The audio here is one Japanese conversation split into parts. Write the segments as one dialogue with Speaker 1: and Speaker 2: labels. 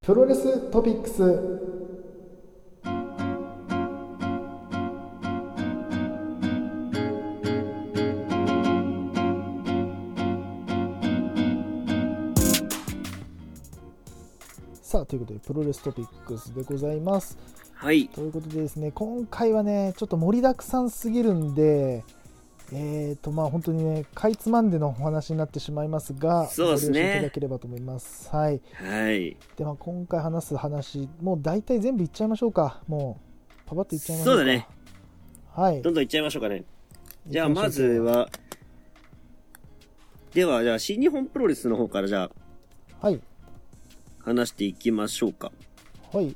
Speaker 1: プロレストピックスさあということでプロレストピックスでございます
Speaker 2: はい。
Speaker 1: ということでですね今回はねちょっと盛りだくさんすぎるんでえーとまあ本当にねかいつまんでのお話になってしまいますが
Speaker 2: そうですね
Speaker 1: ご了承いただければと思いますはい
Speaker 2: はい。
Speaker 1: では今回話す話もう大体全部いっちゃいましょうかもうパパッといっちゃいましょうか
Speaker 2: そうだね
Speaker 1: はい
Speaker 2: どんどんいっちゃいましょうかね。じゃあ、
Speaker 1: 行き
Speaker 2: ま
Speaker 1: し
Speaker 2: ず
Speaker 1: ょう
Speaker 2: は、では、じゃあ、新日本プロレスの方から、じゃあ、
Speaker 1: はい
Speaker 2: 話していきましょうか。
Speaker 1: はい行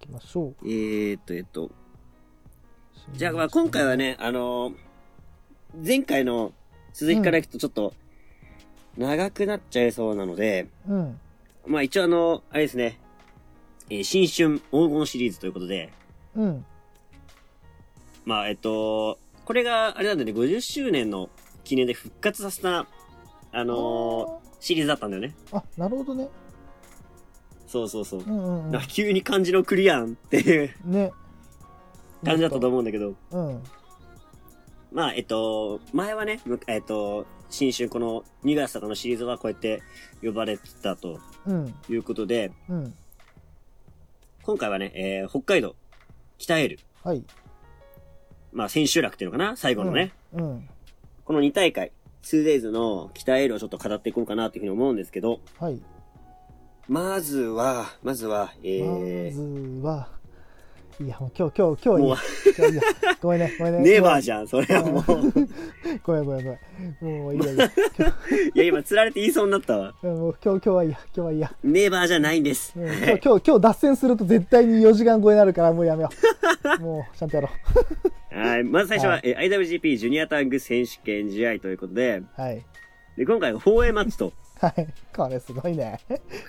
Speaker 1: きましょう
Speaker 2: えーっと、えっと、じゃあ、まあ、今回はね、あのー前回の続きからいくとちょっと、長くなっちゃいそうなので、
Speaker 1: うん
Speaker 2: まあ、一応あの、あれですね、えー新春黄金シリーズということで、
Speaker 1: うん
Speaker 2: まあ、えっと、これが、あれなんだよね、50周年の記念で復活させた、あのーシリーズだったんだよね。
Speaker 1: あなるほどね
Speaker 2: そうそうそう。
Speaker 1: うんうん、う、
Speaker 2: なんか急に漢字のクリアンっていうん
Speaker 1: ね
Speaker 2: 感じだったと思うんだけど、
Speaker 1: うん
Speaker 2: まあ、えっと、前はね、むえっと、新春この2月からのシリーズはこうやって呼ばれてたと
Speaker 1: うん
Speaker 2: いうことで、
Speaker 1: うん
Speaker 2: 今回はね、えー北海道、北エール、
Speaker 1: はい
Speaker 2: まあ、千秋楽っていうのかな最後のね、
Speaker 1: うん
Speaker 2: この2大会、2days の北エールをちょっと語っていこうかなというふうに思うんですけど、
Speaker 1: はい
Speaker 2: まずは、まずは、え
Speaker 1: ま
Speaker 2: ー、
Speaker 1: ずはいやもう今日今日今日
Speaker 2: もう
Speaker 1: いいいやいやごめんねごめんね
Speaker 2: ネバーじゃん、それはもう。
Speaker 1: ごめんごめんごめんもういいやいいや
Speaker 2: いや、今、釣られて言いそうになったわ。
Speaker 1: うんもう今日今日はいいや今日はいいや
Speaker 2: ネバーじゃないんです。
Speaker 1: うん今日、今日、今日脱線すると絶対に4時間超えになるから、もうやめよ う。もう、ちゃんとやろ
Speaker 2: はい。まず最初は、
Speaker 1: はい
Speaker 2: えー IWGP ジュニアタッグ選手権試合ということで、
Speaker 1: う。はい。
Speaker 2: で今回が 4A マッチと、
Speaker 1: はい。これすごいね。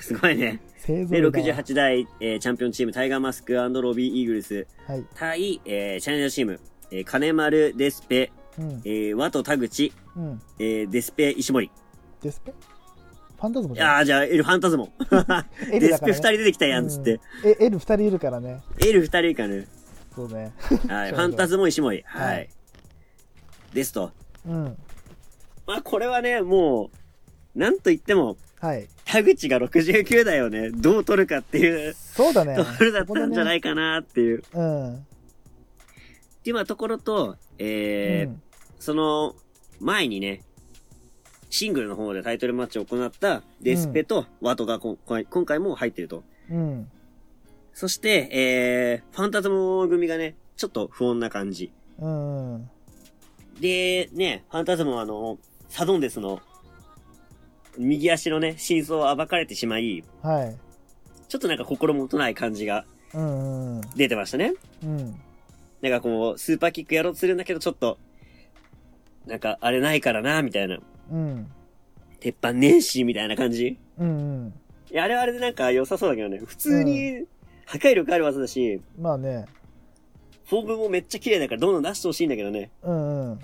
Speaker 2: すごいね。
Speaker 1: 製造
Speaker 2: で、
Speaker 1: 力。
Speaker 2: 68代、えーチャンピオンチームタイガーマスクロビーイーグルス
Speaker 1: はい。
Speaker 2: 対、えーチャレンジャーチーム、えー金丸デスペ、
Speaker 1: うん
Speaker 2: え。ーワト田口、
Speaker 1: うん。
Speaker 2: えーデスペ石森。
Speaker 1: デスペファンタズム
Speaker 2: い
Speaker 1: じゃん。
Speaker 2: やー、じゃあ、エルファンタズモ。
Speaker 1: エ
Speaker 2: デスペ2
Speaker 1: ね
Speaker 2: 人出てきたやん、つって。。
Speaker 1: うんえ、エル2人いるからね。
Speaker 2: エル2人かね。
Speaker 1: そうね。
Speaker 2: はい。
Speaker 1: そうそう
Speaker 2: ファンタズモ石森。は
Speaker 1: はい
Speaker 2: い。ですと。
Speaker 1: うん。
Speaker 2: まあ、これはね、もう、なんと言っても、
Speaker 1: はい。
Speaker 2: 田口が69だよね。どう取るかっていう。
Speaker 1: そうだね。
Speaker 2: ところだったんじゃな
Speaker 1: こ
Speaker 2: いかなっていう。
Speaker 1: こでね
Speaker 2: っていうところと、
Speaker 1: うん。
Speaker 2: えー
Speaker 1: うん
Speaker 2: その前にね、シングルの方でタイトルマッチを行ったデスペとワトがこんこい今回も入ってると。
Speaker 1: うん。
Speaker 2: そして、えー、ファンタズモ組がね、ちょっと不穏な感じ。
Speaker 1: うん。うん。
Speaker 2: で、ね、ファンタズモはあの、サドンデスの右足のね、真相を暴かれてしまい、
Speaker 1: はい。
Speaker 2: ちょっとなんか心もとない感じが
Speaker 1: うん。うん。
Speaker 2: 出てましたね。
Speaker 1: うん。
Speaker 2: なんかこう、スーパーキックやろうとするんだけど、ちょっと、なんか、あれないからな、みたいな。
Speaker 1: うん。
Speaker 2: 鉄板ねえし、みたいな感じ。
Speaker 1: うん。うん。
Speaker 2: いや、あれはあれでなんか良さそうだけどね。普通に、破壊力ある技だし、
Speaker 1: まあね。
Speaker 2: フォームもめっちゃ綺麗だから、どんどん出してほしいんだけどね。
Speaker 1: うん。うん。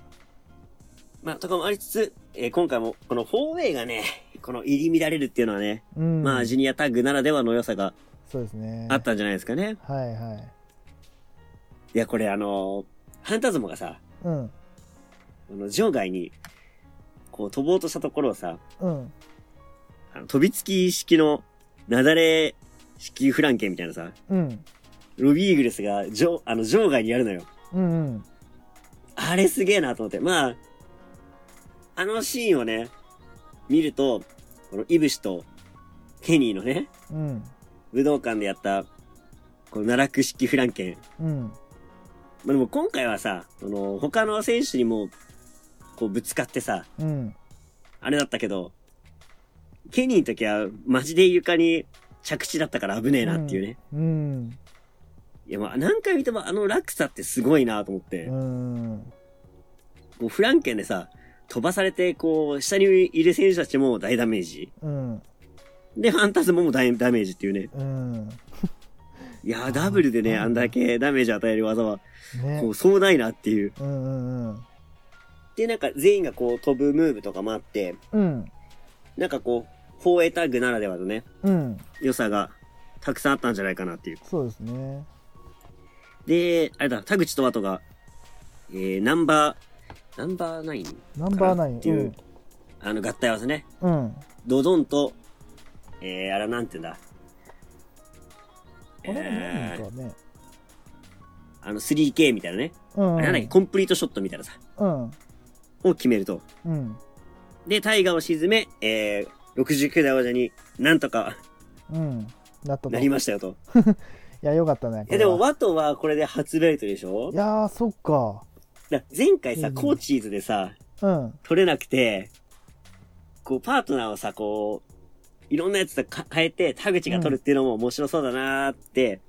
Speaker 2: まあ、とかもありつつ、えー今回も、この 4way がね、この入り乱れるっていうのはね、
Speaker 1: うん。
Speaker 2: まあ、ジュニアタッグならではの良さが
Speaker 1: そうですね。
Speaker 2: あっ。たんじゃないですかね。
Speaker 1: はいはい。
Speaker 2: いや、これあのーハンタズモがさ、
Speaker 1: うん。
Speaker 2: あの、場外に、こう、飛ぼうとしたところをさ、
Speaker 1: うん。
Speaker 2: あの飛びつき式の、なだれ式フランケンみたいなさ、
Speaker 1: うん。
Speaker 2: ロビーイーグルスが、じょあの、場外にやるのよ。
Speaker 1: うんうん。
Speaker 2: あれすげえなと思って。まあ、あのシーンをね、見ると、このイブシとケニーのね、
Speaker 1: うん。
Speaker 2: 武道館でやった、この奈落式フランケン。
Speaker 1: うん。
Speaker 2: まあでも今回はさ、その、他の選手にも、こうぶつかってさ、
Speaker 1: うん。
Speaker 2: あれだったけど、ケニーの時はマジで床に着地だったから危ねえなっていうね。
Speaker 1: うん。
Speaker 2: いやまあ何回見てもあの落差ってすごいなと思って、
Speaker 1: うん。
Speaker 2: こうフランケンでさ、飛ばされてこう下にいる選手たちも大ダメージ。
Speaker 1: うん。
Speaker 2: で、ファンタズモも大ダメージっていうね。
Speaker 1: うん。
Speaker 2: いやー、ダブルでね、あんだけダメージ与える技は、
Speaker 1: ね
Speaker 2: こ。う、そうないなっていう。
Speaker 1: うんうんうん。
Speaker 2: で、なんか全員がこう、飛ぶムーブとかもあって、
Speaker 1: うん。
Speaker 2: なんかこう、光栄タッグならではのね、
Speaker 1: うん、
Speaker 2: 良さがたくさんあったんじゃないかなっていう。
Speaker 1: そうですね。
Speaker 2: で、あれだ、田口とワトが、えー、ナンバー、ナンバーナイン
Speaker 1: ナンバーナイン。
Speaker 2: っていうあの、合体合わせね。
Speaker 1: うん。うん。
Speaker 2: ドドンと、えー、あれなんて言うんだ。
Speaker 1: あれ
Speaker 2: え
Speaker 1: 何
Speaker 2: ー、
Speaker 1: かね。
Speaker 2: あの 3K みたいなね。
Speaker 1: うん。
Speaker 2: あれなんだっけコンプリートショットみたいなさ。
Speaker 1: うん。
Speaker 2: を決めると。
Speaker 1: うん。
Speaker 2: で、タイガーを沈め、えー、69代王者になんとか
Speaker 1: うん。なったと。
Speaker 2: ないりましたよと。
Speaker 1: や、よかったね。こ
Speaker 2: い
Speaker 1: れ
Speaker 2: やでも、
Speaker 1: は
Speaker 2: ワトはこれで初ベルトでしょ
Speaker 1: いやー、そっか。
Speaker 2: だ前回さ、
Speaker 1: うん
Speaker 2: コーチーズでさ、
Speaker 1: うん。
Speaker 2: 取れなくて、こう、パートナーをさ、こう、いろんなやつとか変えて、田口が取るっていうのも面白そうだなーって、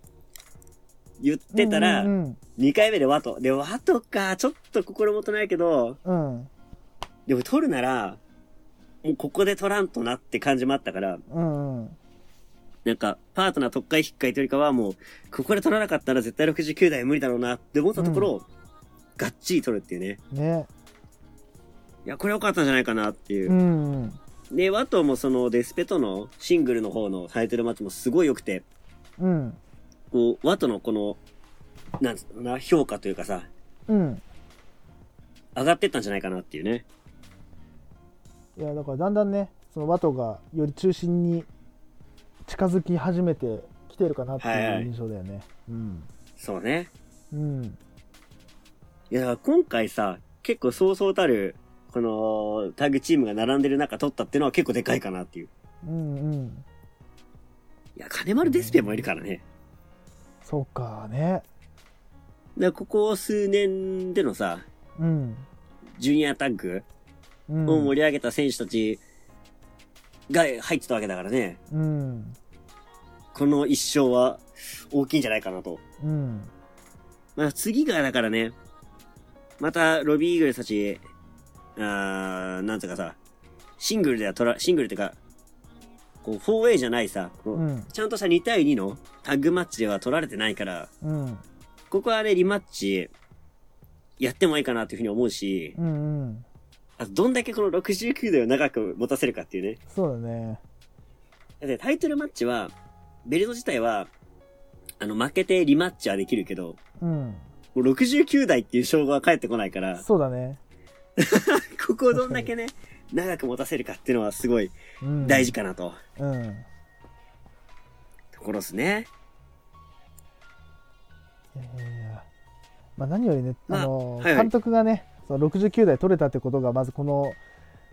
Speaker 2: 言ってたら、
Speaker 1: うん。
Speaker 2: 2回目でワト。で、ワトか、ちょっと心もとないけど、
Speaker 1: うん。
Speaker 2: でも取るなら、もうここで取らんとなって感じもあったから、
Speaker 1: うん。うん。
Speaker 2: なんか、パートナー特会引っかいというよりかは、もう、ここで取らなかったら絶対69台無理だろうなって思ったところを、がっちり取るっていうね。
Speaker 1: ね。
Speaker 2: いや、これ良かったんじゃないかなっていう
Speaker 1: う。ん。
Speaker 2: で、ワトもそのデスペとのシングルの方のタイトルマッチもすごい良くて、
Speaker 1: うん。
Speaker 2: こう、ワトのこの、なんつうのかな、評価というかさ、
Speaker 1: うん。
Speaker 2: 上がってったんじゃないかなっていうね。
Speaker 1: いや、だからだんだんね、そのワトがより中心に近づき始めてきてるかなって
Speaker 2: はいは
Speaker 1: い
Speaker 2: い
Speaker 1: う印象だよね。うん。
Speaker 2: そうね。
Speaker 1: うん。
Speaker 2: いや、だから今回さ、結構そうそうたる、この、タッグチームが並んでる中取ったっていうのは結構でかいかなっていう。
Speaker 1: うんうん。
Speaker 2: いや、金丸デスペもいるからね。
Speaker 1: そうかね。
Speaker 2: だからここ数年でのさ、
Speaker 1: うん。
Speaker 2: ジュニアタッグ
Speaker 1: うん。
Speaker 2: を盛り上げた選手たちが入ってたわけだからね。
Speaker 1: うん。
Speaker 2: この一勝は大きいんじゃないかなと。
Speaker 1: うん。
Speaker 2: まあ次がだからね、またロビーイーグルスたち、あー、なんつうかさ、シングルでは取ら、シングルってか、こう、4A じゃないさ、こう
Speaker 1: うん。
Speaker 2: ちゃんとした2対2のタッグマッチでは取られてないから、
Speaker 1: うん。
Speaker 2: ここはね、リマッチ、やってもいいかなっていうふうに思うし、
Speaker 1: うんうん。
Speaker 2: あとどんだけこの69度を長く持たせるかっていうね。
Speaker 1: そうだね。
Speaker 2: だってタイトルマッチは、ベルト自体は、あの、負けてリマッチはできるけど、
Speaker 1: うん。
Speaker 2: もう69代っていう称号は返ってこないから、
Speaker 1: そうだね。
Speaker 2: ここをどんだけね、長く持たせるかっていうのはすごい
Speaker 1: うん。
Speaker 2: 大事。かなと。
Speaker 1: うん。
Speaker 2: ところですね。
Speaker 1: いやいやいやまあ、何よりね、
Speaker 2: まあ
Speaker 1: あの
Speaker 2: はいはい
Speaker 1: 監督がね、その69台取れたってことが、まずこの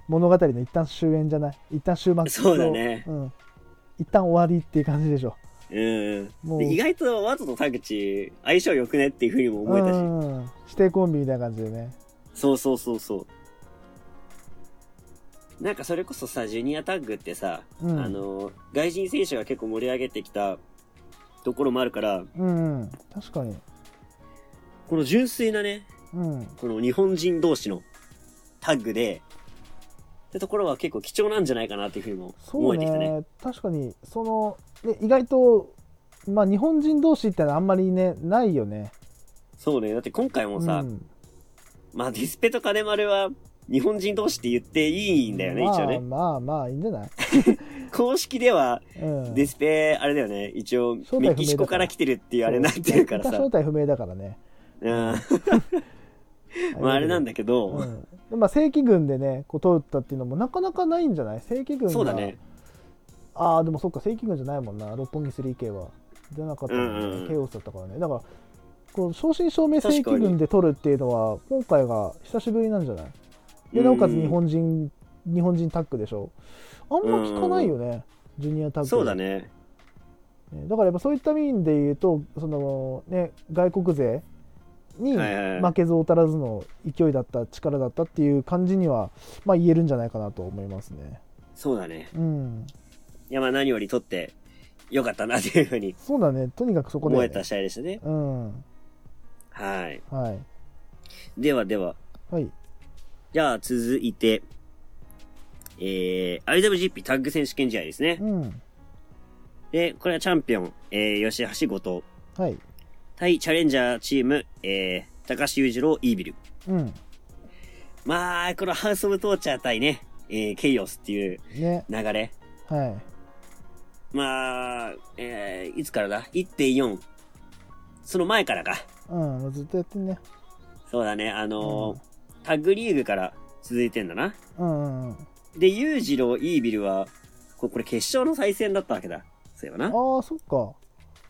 Speaker 1: 物語の一旦終焉じゃない、一旦終末
Speaker 2: そうだね
Speaker 1: うん、一旦終わりっていう感じでしょ。
Speaker 2: うん。
Speaker 1: もう
Speaker 2: で意外とワトと田口、相性良くねっていうふうにも思えたし。
Speaker 1: うん、指定コンビみたいな感じでね。
Speaker 2: そうそうそうそう。なんかそれこそさ、ジュニアタッグってさ、
Speaker 1: うん
Speaker 2: あの、外人選手が結構盛り上げてきたところもあるから、
Speaker 1: うん、うん、確かに。
Speaker 2: この純粋なね、
Speaker 1: うん、
Speaker 2: この日本人同士のタッグで、ってところは結構貴重なんじゃないかなっていうふうにも
Speaker 1: そ
Speaker 2: 思
Speaker 1: う
Speaker 2: えて
Speaker 1: ね
Speaker 2: きたね。
Speaker 1: 確かに、その、ね、意外と、まあ、日本人同士ってのはあんまりね、ないよね。
Speaker 2: そうね。だって今回もさ、
Speaker 1: ん、
Speaker 2: まあディスペと金丸は日本人同士って言っていいんだよね、一応ね。
Speaker 1: まあまあ、まあ、いいんじゃない、
Speaker 2: 公式では、
Speaker 1: うん、
Speaker 2: ディスペ、あれだよね、一応
Speaker 1: 正体不明だから
Speaker 2: メキシコから来てるっていうあれになってるから
Speaker 1: そう
Speaker 2: さ。
Speaker 1: 正体不明だからね。
Speaker 2: うん。まああれなんだけど、
Speaker 1: うんでまあ、正規軍でねこう取ったっていうのもなかなかないんじゃない正規軍が
Speaker 2: そうだね。
Speaker 1: ああでもそっか正規軍じゃないもんな六本木 3K はじゃなかったもんね、
Speaker 2: うんうん
Speaker 1: ケイオスだったからねだからこう正真正銘正規軍で取るっていうのは今回が久しぶりなんじゃないでなおかつ日本人、日本人タッグでしょあんま聞かないよね、ジュニアタッ
Speaker 2: う
Speaker 1: グ
Speaker 2: んそうだね。
Speaker 1: ねだからやっぱそういった面で言うとその、ね、外国勢に
Speaker 2: はいはいはい
Speaker 1: 負けず劣らずの勢いだった力だったっていう感じには、まあ、言えるんじゃないかなと思いますね。
Speaker 2: そうだね。
Speaker 1: うん、
Speaker 2: いや、まあ何よりとって、よかったなっていうふうに
Speaker 1: そうだねとにかくそこで、
Speaker 2: 思えた試合でしたね。
Speaker 1: うん
Speaker 2: はい。
Speaker 1: はい
Speaker 2: ではでは、
Speaker 1: はい、
Speaker 2: じゃあ続いて、えー、IWGP タッグ選手権試合ですね
Speaker 1: う。ん
Speaker 2: で、これはチャンピオン、えー、吉橋後藤、
Speaker 1: はい
Speaker 2: 対チャレンジャーチーム、えー、高橋裕次郎、イービル。
Speaker 1: うん
Speaker 2: まあ、このハウスオブトーチャー対ね、えー、ケイオスっていう
Speaker 1: ね
Speaker 2: 流れ。
Speaker 1: はい。
Speaker 2: まあ、えーいつからだ ?1.4。その前からか。
Speaker 1: うん、ずっとやってんね。
Speaker 2: そうだね、あのータッグリーグから続いてんだな。
Speaker 1: うんうんうん。
Speaker 2: で、裕次郎、イービルは、ここれ決勝の再戦だったわけだ。そういえばな。
Speaker 1: ああ、そっか。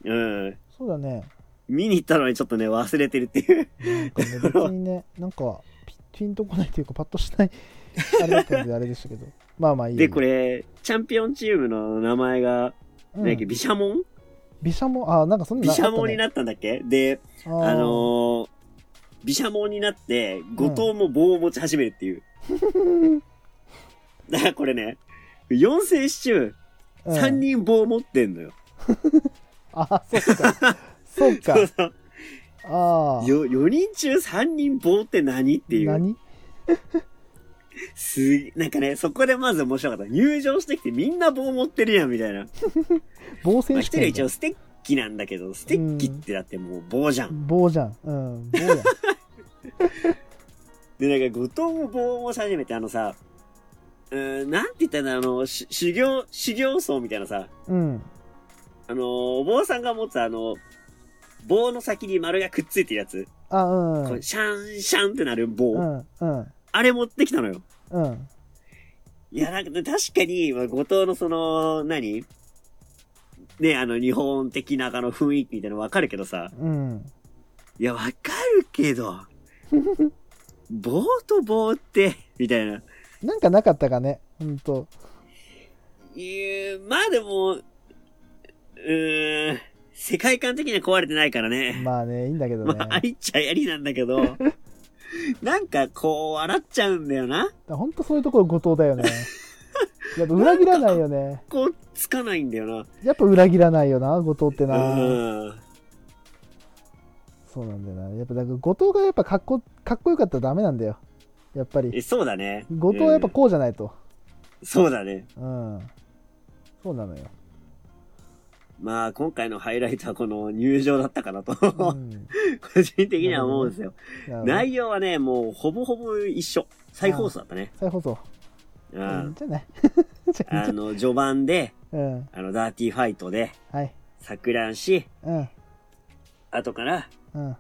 Speaker 2: うん。
Speaker 1: そうだね。
Speaker 2: 見に行ったのにちょっとね、忘れてるっていう。
Speaker 1: なんかね、別にね、 なんかピ、ピンとこないというか、パッとしない、 あれだったんで、あれでしたけど。まあまあいいよ。
Speaker 2: で、これ、チャンピオンチームの名前が、
Speaker 1: うん、
Speaker 2: 何だっけ、ビシャモン
Speaker 1: ビシャモン、ああ、なんかそんな
Speaker 2: ビ
Speaker 1: の
Speaker 2: シャモンに
Speaker 1: っ
Speaker 2: なったんだっけで、
Speaker 1: た
Speaker 2: あ
Speaker 1: ね、
Speaker 2: のー、ビシャモンになって、後藤も棒を持ち始めるっていう。だからこれね、4戦中、
Speaker 1: あー
Speaker 2: 3、人棒を持ってんのよ。
Speaker 1: うんああ、そっ か。そうか
Speaker 2: そう。そう
Speaker 1: ああ。
Speaker 2: よ4人中3人棒って何っていう。
Speaker 1: 何
Speaker 2: すげなんかね、そこでまず面白かった。入場してきてみんな棒持ってるやん、みたいな。
Speaker 1: 棒
Speaker 2: まあ、
Speaker 1: 選
Speaker 2: 一
Speaker 1: 手
Speaker 2: 人は
Speaker 1: 権
Speaker 2: 一
Speaker 1: だ
Speaker 2: 応ステッキなんだけど、ステッキってだってもう棒じゃん。
Speaker 1: 棒じゃん。うん、棒やん。
Speaker 2: で、なんか後藤も棒を持ち始めて、あのさ、うーん、なんて言ったんだろう、あの、し修行、修行僧みたいなさ、
Speaker 1: うん。
Speaker 2: あの、お坊さんが持つあの、棒の先に丸がくっついてるやつ。
Speaker 1: あ、うん。
Speaker 2: こ
Speaker 1: う
Speaker 2: うシャンシャンってなる棒。
Speaker 1: ん、うん、
Speaker 2: あれ持ってきたのよ。
Speaker 1: うん。
Speaker 2: いや、なんかね確かに、まあ後藤のその、何ね、あの、日本的なあの雰囲気みたいなのわかるけどさ。
Speaker 1: うん。
Speaker 2: いや、わかるけど。 棒と棒って、みたいな。
Speaker 1: なんかなかったかね。ほんと。
Speaker 2: いう、まあでも、うーん、世界観的には壊れてないからね。
Speaker 1: まあね、いいんだけど
Speaker 2: ま
Speaker 1: ね。
Speaker 2: あ、ありっちゃありなんだ けど。なんか、こう、笑っちゃうんだよな。
Speaker 1: ほんとそういうところ後藤だよね。やっぱ裏切らないよね。
Speaker 2: こう、つかないんだよ
Speaker 1: やっぱ裏切らないよな、後藤って
Speaker 2: な。
Speaker 1: な。
Speaker 2: うん。
Speaker 1: そうなんだよな。やっぱだから後藤がやっぱかっこかっこよかったらダメなんだよ。やっぱり。
Speaker 2: え、そうだね。
Speaker 1: 後藤はやっぱ
Speaker 2: うん
Speaker 1: こうじゃないと。
Speaker 2: そうだね。
Speaker 1: うん。そうなの よ。
Speaker 2: まあ、今回のハイライトはこの入場だったかなと、
Speaker 1: うん
Speaker 2: 個人的には思うんですよ。
Speaker 1: なるほど
Speaker 2: 内容はね、もうほぼほぼ一緒。再放送だったね。
Speaker 1: 再放送。
Speaker 2: う
Speaker 1: いいん
Speaker 2: ん。
Speaker 1: じゃない じゃあいいん
Speaker 2: あ
Speaker 1: じゃ
Speaker 2: の、序盤で、
Speaker 1: うん。
Speaker 2: あの、ダーティーファイトで、
Speaker 1: はい。
Speaker 2: 錯乱し、
Speaker 1: うん。
Speaker 2: 後から、
Speaker 1: うん。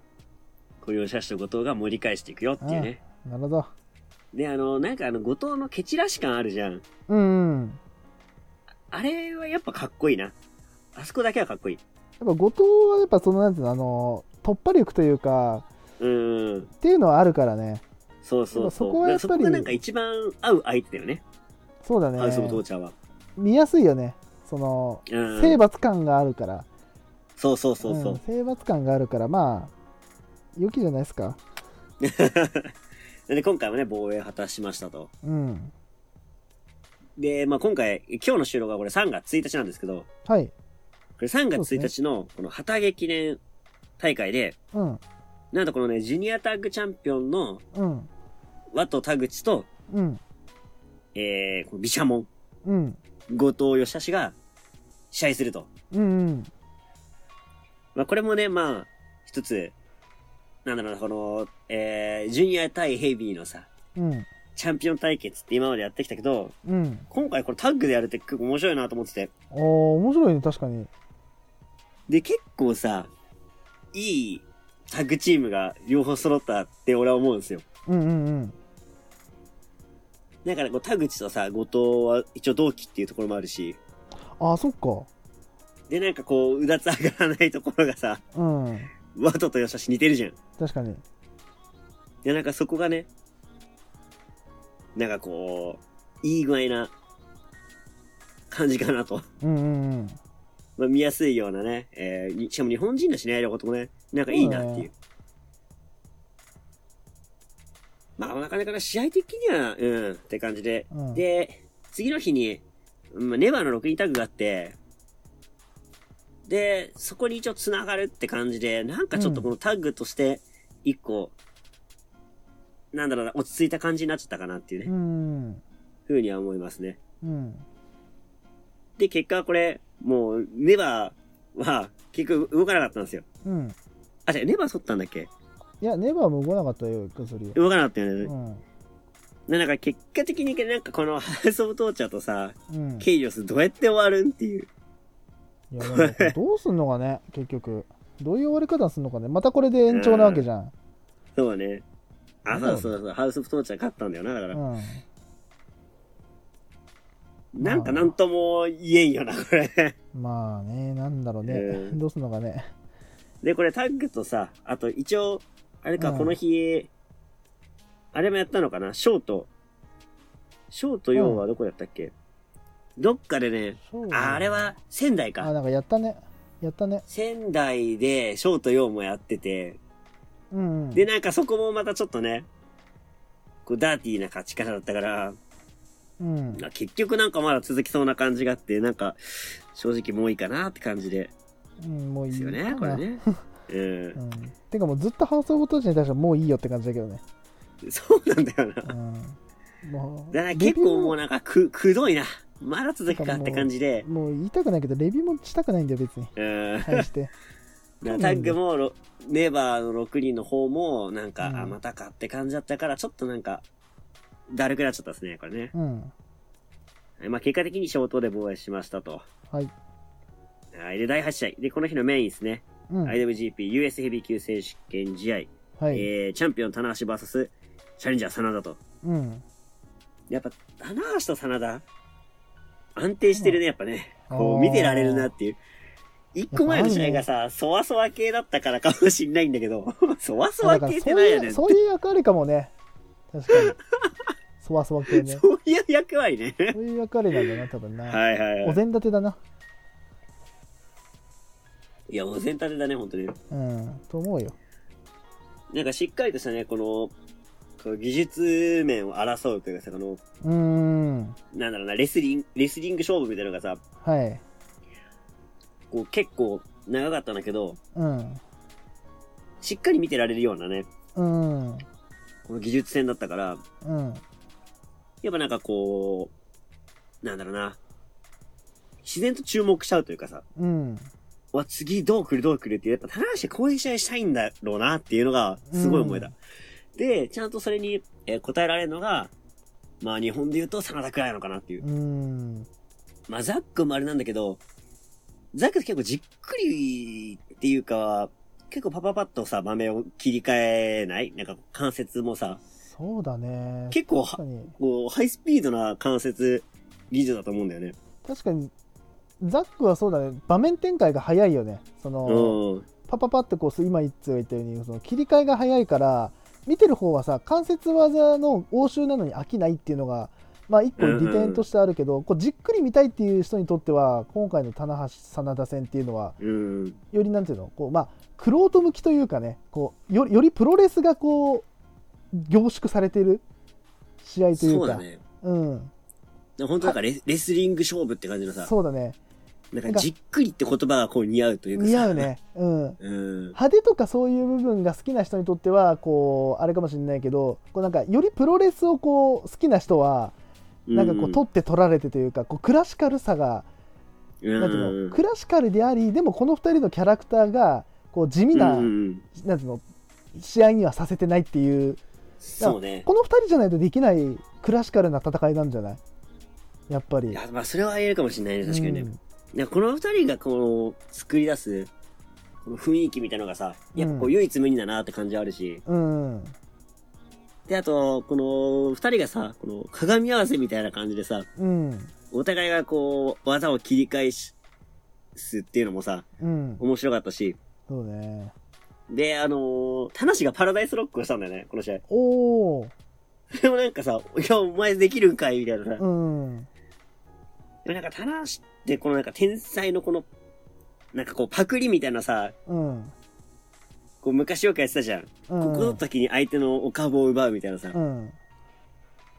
Speaker 2: 雇用者士と後藤が盛り返していくよっていうね。
Speaker 1: なるほど。
Speaker 2: で、あの、なんかあの、後藤のケチらし感あるじゃん。
Speaker 1: うん、うん。
Speaker 2: あれはやっぱかっこいいな。あそこだけはかっこいい。
Speaker 1: やっぱ後藤はやっぱそのなんていうのあの突破力というか
Speaker 2: うん。
Speaker 1: っていうのはあるからね
Speaker 2: そうそうそう。
Speaker 1: そこはやっぱり
Speaker 2: だからそこがなんか一番合う相手だよね。
Speaker 1: そうだね
Speaker 2: ハウスオブトーチャーは。
Speaker 1: 見やすいよねその
Speaker 2: うん。
Speaker 1: 征伐感があるから、
Speaker 2: そうそうそうそう。
Speaker 1: ん征伐感があるからまあ良きじゃないですか
Speaker 2: で今回もね、防衛果たしましたと。
Speaker 1: うん
Speaker 2: で、まあ、今回、今日の収録はこれ3月1日なんですけど、こ
Speaker 1: はい
Speaker 2: れ3月
Speaker 1: そう
Speaker 2: 1
Speaker 1: です
Speaker 2: 日のこの旗揚げ記念大会で、
Speaker 1: うん
Speaker 2: なんとこのね、ジュニアタッグチャンピオンの
Speaker 1: うん
Speaker 2: 和と田口と、
Speaker 1: うん
Speaker 2: えー、この毘沙門、
Speaker 1: うん
Speaker 2: 後藤義しが試合すると。
Speaker 1: うんうん
Speaker 2: まあ、これもね、まあ、一つ、なんだろうな、この、えー、ジュニア対ヘビーのさ、
Speaker 1: うん
Speaker 2: チャンピオン対決って今までやってきたけど、
Speaker 1: うん
Speaker 2: 今回これタッグでやるって結構面白いなと思ってて。
Speaker 1: あー面白いね確かに
Speaker 2: で、結構さ、いいタッグチームが両方揃ったって俺は思うんですよ。
Speaker 1: うんうんうん
Speaker 2: だからこう、田口とさ、後藤は一応同期っていうところもあるし、
Speaker 1: あーそっか
Speaker 2: で、なんかこう、うだつ上がらないところがさ、
Speaker 1: うん
Speaker 2: ワトとヨシャシ似てるじゃん。
Speaker 1: 確かに
Speaker 2: で、なんかそこがね、なんかこう、いい具合な感じかなと。
Speaker 1: うんうんうん
Speaker 2: まあ、見やすいようなね、えーにしかも日本人だしね、両方ともね、なんかいいなって
Speaker 1: そう
Speaker 2: い
Speaker 1: ね
Speaker 2: う。まあ、なかなかね、試合的には、うん、って感じで。
Speaker 1: うん
Speaker 2: で、次の日に、まあ、ネバーの6人タグがあって、で、そこに一応繋がるって感じで、なんかちょっとこのタッグとして、一個、なんだろうな、落ち着いた感じになっちゃったかなっていう
Speaker 1: う
Speaker 2: ね、
Speaker 1: ん
Speaker 2: ふうには思いますね。
Speaker 1: うん
Speaker 2: で、結果はこれ、もう、ネバーは、結局動かなかったんですよ。
Speaker 1: うん
Speaker 2: あ、違う、ネバー取ったんだっけ
Speaker 1: いやネバーも動かなかったよ一回それ
Speaker 2: 動かなかったよね。
Speaker 1: うん
Speaker 2: ななんか結果的になんかこのハウス・オブ・トーチャーとさ、
Speaker 1: うん、
Speaker 2: ケイオスどうやって終わるんっていう。
Speaker 1: いやでもどうすんのかね 結局どういう終わり方すんのかねまたこれで延長なわけじゃん、
Speaker 2: そうね。あ、
Speaker 1: な
Speaker 2: そ
Speaker 1: ん
Speaker 2: う
Speaker 1: だろ
Speaker 2: そうそう、ハウス・オブ・トーチャー勝ったんだよな、だか
Speaker 1: う
Speaker 2: ら。
Speaker 1: ん
Speaker 2: なんかなんとも言えんよな、これ。
Speaker 1: まあねなんだろうね、
Speaker 2: うん
Speaker 1: どうすんのかね
Speaker 2: で、これタッグとさ、あと一応、あれか、
Speaker 1: うん
Speaker 2: この日、あれもやったのかな、ショート。ショート4はどこやったっけ、どっかでね、
Speaker 1: そうだね
Speaker 2: ああれは仙台
Speaker 1: あ
Speaker 2: か。
Speaker 1: なんかやったねやったね
Speaker 2: 仙台でショート4もやってて、
Speaker 1: うん、うん、
Speaker 2: で、なんかそこもまたちょっとね、こうダーティーな勝ち方だったから、
Speaker 1: うん
Speaker 2: あ結局なんかまだ続きそうな感じがあって、なんか、正直もういいかなって感じで
Speaker 1: うん、もういい
Speaker 2: すよね、これ ね。うん
Speaker 1: う。ん、てかもうずっとハウス・オブ・トーチに対してはもういいよって感じだけどね、
Speaker 2: そうなんだよな。
Speaker 1: うん、もう
Speaker 2: だから
Speaker 1: レビュー
Speaker 2: 結構も
Speaker 1: も
Speaker 2: うなんかく、くどいな。まだ続くかって感じで。
Speaker 1: もう言いたくないけどレビューもしたくないんだよ別に
Speaker 2: うん。だか
Speaker 1: 対して
Speaker 2: らタッグもろ、ネバーの6人の方も、なんか、
Speaker 1: うん
Speaker 2: あ、またかって感じだったから、ちょっとなんか、だるくなっちゃったですね、これね。
Speaker 1: うん
Speaker 2: まあ結果的にショートで防衛しましたと。
Speaker 1: はい
Speaker 2: はい。で、第8試合。で、この日のメインですね。
Speaker 1: うんはい、
Speaker 2: IWGP US ヘビー級選手権試合。えー、チャンピオン棚橋 VS チャレンジャー真田と。
Speaker 1: うん
Speaker 2: やっぱ、棚橋と真田、安定してるね、やっぱね。こ
Speaker 1: あ
Speaker 2: う、
Speaker 1: ー
Speaker 2: 見てられるなっていう。一個前の試合がさ、そわそわ系だったからかもしんないんだけど、 そわそわ
Speaker 1: だから
Speaker 2: 系って
Speaker 1: そう
Speaker 2: なんや
Speaker 1: い
Speaker 2: ねん。
Speaker 1: う
Speaker 2: そ
Speaker 1: そういう役割かもね確かに そわそわ系ね
Speaker 2: ういう役割 ね。
Speaker 1: そういう役割なんだな多分な、
Speaker 2: はいはい
Speaker 1: お
Speaker 2: は。
Speaker 1: 膳立てだない
Speaker 2: いや、お膳立てだね、本当に。
Speaker 1: うんと思うよ
Speaker 2: なんかしっかりとしたね、この、この技術面を争うというかさ、この、
Speaker 1: うーん
Speaker 2: なんだろうな、レスリング、レスリング勝負みたいなのがさ、
Speaker 1: はい
Speaker 2: こう結構長かったんだけど、
Speaker 1: うん
Speaker 2: しっかり見てられるようなね、
Speaker 1: うんうん
Speaker 2: この技術戦だったから、
Speaker 1: うん
Speaker 2: やっぱなんかこう、なんだろうな、自然と注目しちゃうというかさ、
Speaker 1: うん
Speaker 2: うわ、次どう来るどう来るって、やっぱ棚橋こういう試合したいんだろうなっていうのが、すごい思えた。で、ちゃんとそれに、えー答えられるのが、まあ日本で言うと真田くらいなのかなっていう。
Speaker 1: うん
Speaker 2: まあザックもあれなんだけど、ザックって結構じっくりっていうか、結構パパパッとさ、豆を切り替えないなんか関節もさ、
Speaker 1: そうだね
Speaker 2: 結構
Speaker 1: 確か
Speaker 2: は、
Speaker 1: に
Speaker 2: こう、ハイスピードな関節技術だと思うんだよね。
Speaker 1: 確かにザックはそうだね場面展開が早いよねその、
Speaker 2: うん。
Speaker 1: パパパってこう今言って言ったようにその切り替えが早いから見てる方はさ関節技の応酬なのに飽きないっていうのがまあ一個
Speaker 2: うんうん
Speaker 1: 利点としてあるけど、こうじっくり見たいっていう人にとっては今回の棚橋真田戦っていうのは
Speaker 2: うん。
Speaker 1: よりなんていうのこうまあクロート向きというかねこうよよりプロレスがこう凝縮されてる試合というか
Speaker 2: そうだね。
Speaker 1: うん、
Speaker 2: 本当なんかレレスリング勝負って感じのさ、
Speaker 1: そうだね
Speaker 2: なんかじっくりって言葉がこう似合うというかさ
Speaker 1: 似合う。ねうん
Speaker 2: うん。
Speaker 1: 派手とかそういう部分が好きな人にとってはこうあれかもしれないけどこうなんかよりプロレスをこう好きな人はなんかこう取って取られてというかこうクラシカルさが
Speaker 2: うん、
Speaker 1: なんていうのクラシカルでありでもこの2人のキャラクターがこう地味な
Speaker 2: うんうんうん
Speaker 1: なんていうの試合にはさせてないっていう
Speaker 2: そうね。
Speaker 1: この2人じゃないとできないクラシカルな戦いなんじゃないやっぱり
Speaker 2: いや、まあ、それは言えるかもしれないね、確かにね。
Speaker 1: うん
Speaker 2: いやこの二人がこう、作り出す、この雰囲気みたいなのがさ、やっぱこ
Speaker 1: う
Speaker 2: うん唯一無二だなって感じはあるし、
Speaker 1: うん
Speaker 2: で、あと、この二人がさ、この鏡合わせみたいな感じでさ、
Speaker 1: うん
Speaker 2: お互いがこう、技を切り返し、すっていうのもさ、
Speaker 1: うん
Speaker 2: 面白かったし、
Speaker 1: そうね
Speaker 2: で、あのー、田無がパラダイスロックをしたんだよね、この試合。
Speaker 1: おお
Speaker 2: でもなんかさ、いや、お前できるんかいみたいなさ。
Speaker 1: うん
Speaker 2: でもなんか、棚橋って、このなんか天才のこの、なんかこう、パクリみたいなさ、
Speaker 1: うん
Speaker 2: こう昔よくやってたじゃん。
Speaker 1: うん
Speaker 2: ここの時に相手のお株を奪うみたいなさ
Speaker 1: う。ん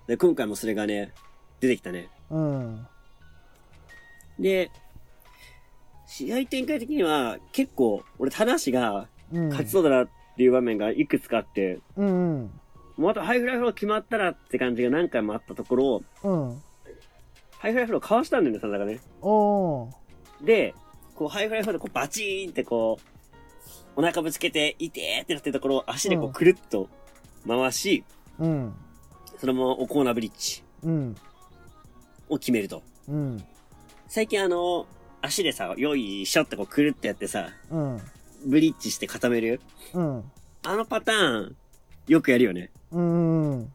Speaker 2: で、今回もそれがね、出てきたね。
Speaker 1: うん
Speaker 2: で、試合展開的には、結構、俺、棚橋が
Speaker 1: うん
Speaker 2: 勝ちそうだなっていう場面がいくつかあって、
Speaker 1: うん
Speaker 2: もうあとハイフライフロー決まったらって感じが何回もあったところ、
Speaker 1: うんうん
Speaker 2: ハイフライフローかわしたんだよね、田中ね。
Speaker 1: おー
Speaker 2: で、こう、ハイフライフローでこう、バチーンってこう、お腹ぶつけて、いてーってなってるところを足でこ
Speaker 1: う
Speaker 2: う、
Speaker 1: ん
Speaker 2: くるっと回し、
Speaker 1: うん
Speaker 2: それもオコーナーブリッジ
Speaker 1: うん
Speaker 2: を決めると。
Speaker 1: うん
Speaker 2: 最近あの、足でさ、よいしょってこうくるってやってさ、
Speaker 1: うん
Speaker 2: ブリッジして固める
Speaker 1: うん
Speaker 2: あのパターン、よくやるよね。
Speaker 1: うん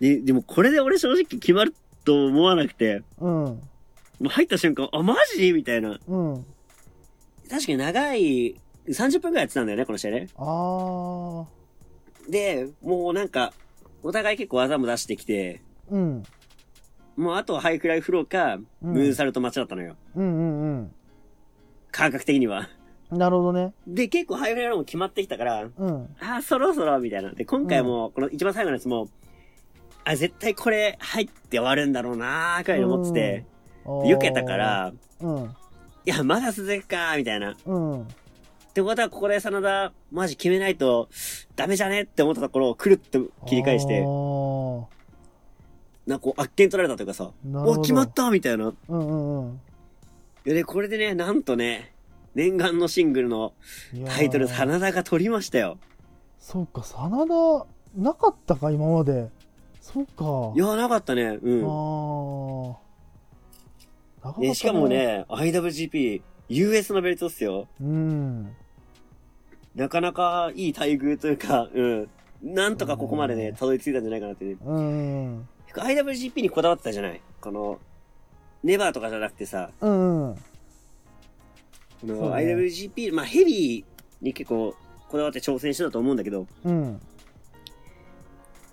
Speaker 2: で、でもこれで俺正直決まると思わなくて、
Speaker 1: うん
Speaker 2: もう入った瞬間、あ、マジみたいな。
Speaker 1: うん
Speaker 2: 確かに長い、30分くらいやってたんだよね、この試合ね。
Speaker 1: あー
Speaker 2: で、もうなんか、お互い結構技も出してきて、
Speaker 1: うん
Speaker 2: もうあとはハイフライフローか、ムーンサルト待ちだったのよ。
Speaker 1: うんうん
Speaker 2: 感覚的には。
Speaker 1: うんなるほどね
Speaker 2: で、結構ハイフライフローも決まってきたから、
Speaker 1: うん
Speaker 2: あー、そろそろ、みたいな。で、今回も、この一番最後のやつも、あ、絶対これ入って終わるんだろうなー、くらいに思ってて、避けたから、
Speaker 1: うん
Speaker 2: いや、まだ続くかー、みたいな。っ
Speaker 1: うん
Speaker 2: てことは、ここで真田、マジ決めないと、ダメじゃねって思ったところをくるっと切り返し
Speaker 1: あ
Speaker 2: て、
Speaker 1: ー
Speaker 2: なんかこう、あっけに取られたというかさ、
Speaker 1: なるほ
Speaker 2: お、
Speaker 1: ど
Speaker 2: 決まったみたいな。
Speaker 1: うんうんうん
Speaker 2: いやで、これでね、なんとね、念願のシングルの
Speaker 1: いやー
Speaker 2: タイトル、真田が取りましたよ。
Speaker 1: そうか真田なかったか今までそうか
Speaker 2: いや、なかったね。う
Speaker 1: あ
Speaker 2: ん。
Speaker 1: ーなかった
Speaker 2: ね、しかもね、IWGP、US のベルトっすよ。
Speaker 1: うん
Speaker 2: なかなかいい待遇というか、うん。なんとかここまで
Speaker 1: う
Speaker 2: ね
Speaker 1: ん、
Speaker 2: たどり着いたんじゃないかなってね。
Speaker 1: うん
Speaker 2: 結構 IWGP にこだわってたじゃないこの、ネバーとかじゃなくてさ、
Speaker 1: うんうん
Speaker 2: この
Speaker 1: そうね
Speaker 2: IWGP、まあヘビーに結構こだわって挑戦してたと思うんだけど、
Speaker 1: うん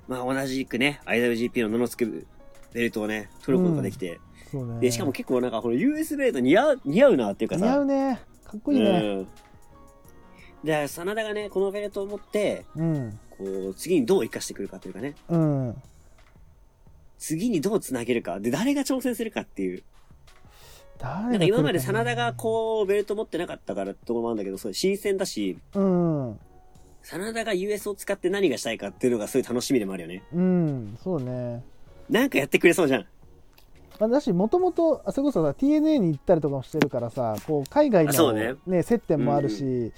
Speaker 2: まあ同じくね、IWGP の名の付くベルトをね、取ることができて、
Speaker 1: そうね
Speaker 2: で、しかも結構なんかこの US ベルト似合う、似合うなっていうかさ。
Speaker 1: 似合うねかっこいいね
Speaker 2: うん。で、真田がね、このベルトを持って、
Speaker 1: うん
Speaker 2: こう、次にどう生かしてくるかというかね、
Speaker 1: うん
Speaker 2: 次にどう繋げるか、で、誰が挑戦するかっていう。
Speaker 1: 誰が来るか
Speaker 2: な
Speaker 1: ね
Speaker 2: んか今まで真田がこう、ベルト持ってなかったからってところもあるんだけど、そう新鮮だし、
Speaker 1: うん
Speaker 2: 真田が US を使って何がしたいかっていうのがそういう楽しみでもあるよね。
Speaker 1: うんそうね
Speaker 2: なんかやってくれそうじゃん。
Speaker 1: まあだしもともとあそれこそさ TNA に行ったりとかもしてるからさこう海外
Speaker 2: あそ
Speaker 1: の、
Speaker 2: うね
Speaker 1: ね接点もあるし、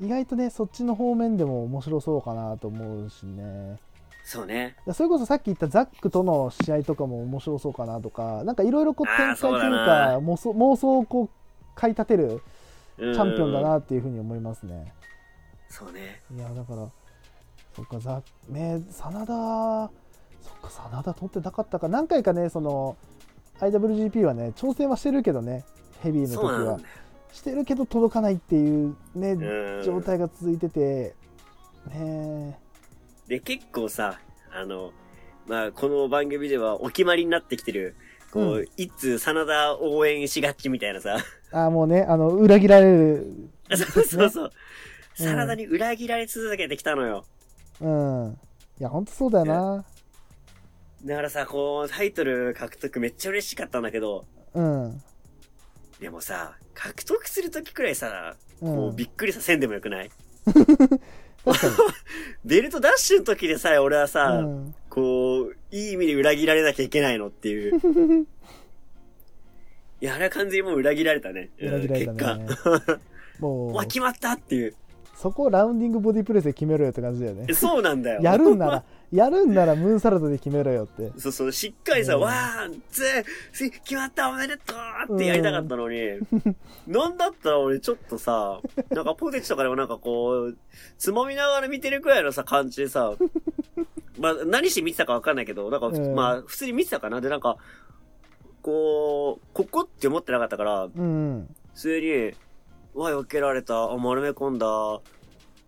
Speaker 1: 意外とねそっちの方面でも面白そうかなと思うしね
Speaker 2: そうね。
Speaker 1: だそれこそさっき言ったザックとの試合とかも面白そうかなとかなんかいろいろこう
Speaker 2: あー
Speaker 1: 展開という
Speaker 2: そうだ
Speaker 1: か妄想妄想をこう買い立てる
Speaker 2: チ
Speaker 1: チャンピオンだ。なっていうふうに思いますね
Speaker 2: そうね。
Speaker 1: いやだからそっかザね真田そっか真田取ってなかったか何回かねその IWGP はね挑戦はしてるけどねヘビーの時
Speaker 2: そうなんだ
Speaker 1: は
Speaker 2: よ。
Speaker 1: してるけど届かないっていうね、
Speaker 2: うん
Speaker 1: 状態が続いててね
Speaker 2: で、結構さ、あの、まあ、この番組ではお決まりになってきてる、こう、
Speaker 1: う
Speaker 2: いつ真田応援しがちみたいなさ。
Speaker 1: あもうねあの裏切られる
Speaker 2: そうそうそう。
Speaker 1: うん
Speaker 2: 真田に裏切られ続けてきたのよ。
Speaker 1: うんいやほんとそうだよな
Speaker 2: だからさ、こう、タイトル獲得めっちゃ嬉しかったんだけど、
Speaker 1: うん
Speaker 2: でもさ、獲得するときくらいさ、
Speaker 1: う
Speaker 2: こ
Speaker 1: ん
Speaker 2: う、びっくりさせんでもよくない、
Speaker 1: 確かに
Speaker 2: ベルトダッシュの時でさえ俺はさ、
Speaker 1: うん
Speaker 2: こう、いい意味で裏切られなきゃいけないのっていう。 いや、あれは完全にもう裏切られたね。
Speaker 1: 裏切られた
Speaker 2: うん
Speaker 1: ね
Speaker 2: 結果。
Speaker 1: も
Speaker 2: うわ、
Speaker 1: う
Speaker 2: 決まったっていう。
Speaker 1: そこをラウンディングボディプレスで決めろよって感じだよね
Speaker 2: えそうなんだよ。
Speaker 1: やるんなら、やるんならムーンサルトで決めろよって。
Speaker 2: そうそう、しっかりさ、
Speaker 1: うん
Speaker 2: ワン、ツー、スリー、決まった、おめでとうってやりたかったのに、なんだったら俺ちょっとさ、なんかポテチとかでもなんかこう、つまみながら見てるくらいのさ、感じでさ、まあ、何して見てたかわかんないけど、なんか、
Speaker 1: うん
Speaker 2: まあ、普通に見てたかな。で、なんか、こう、ここって思ってなかったから、
Speaker 1: うん。
Speaker 2: 普通に、うわ、避けられた、あ、丸め込んだ、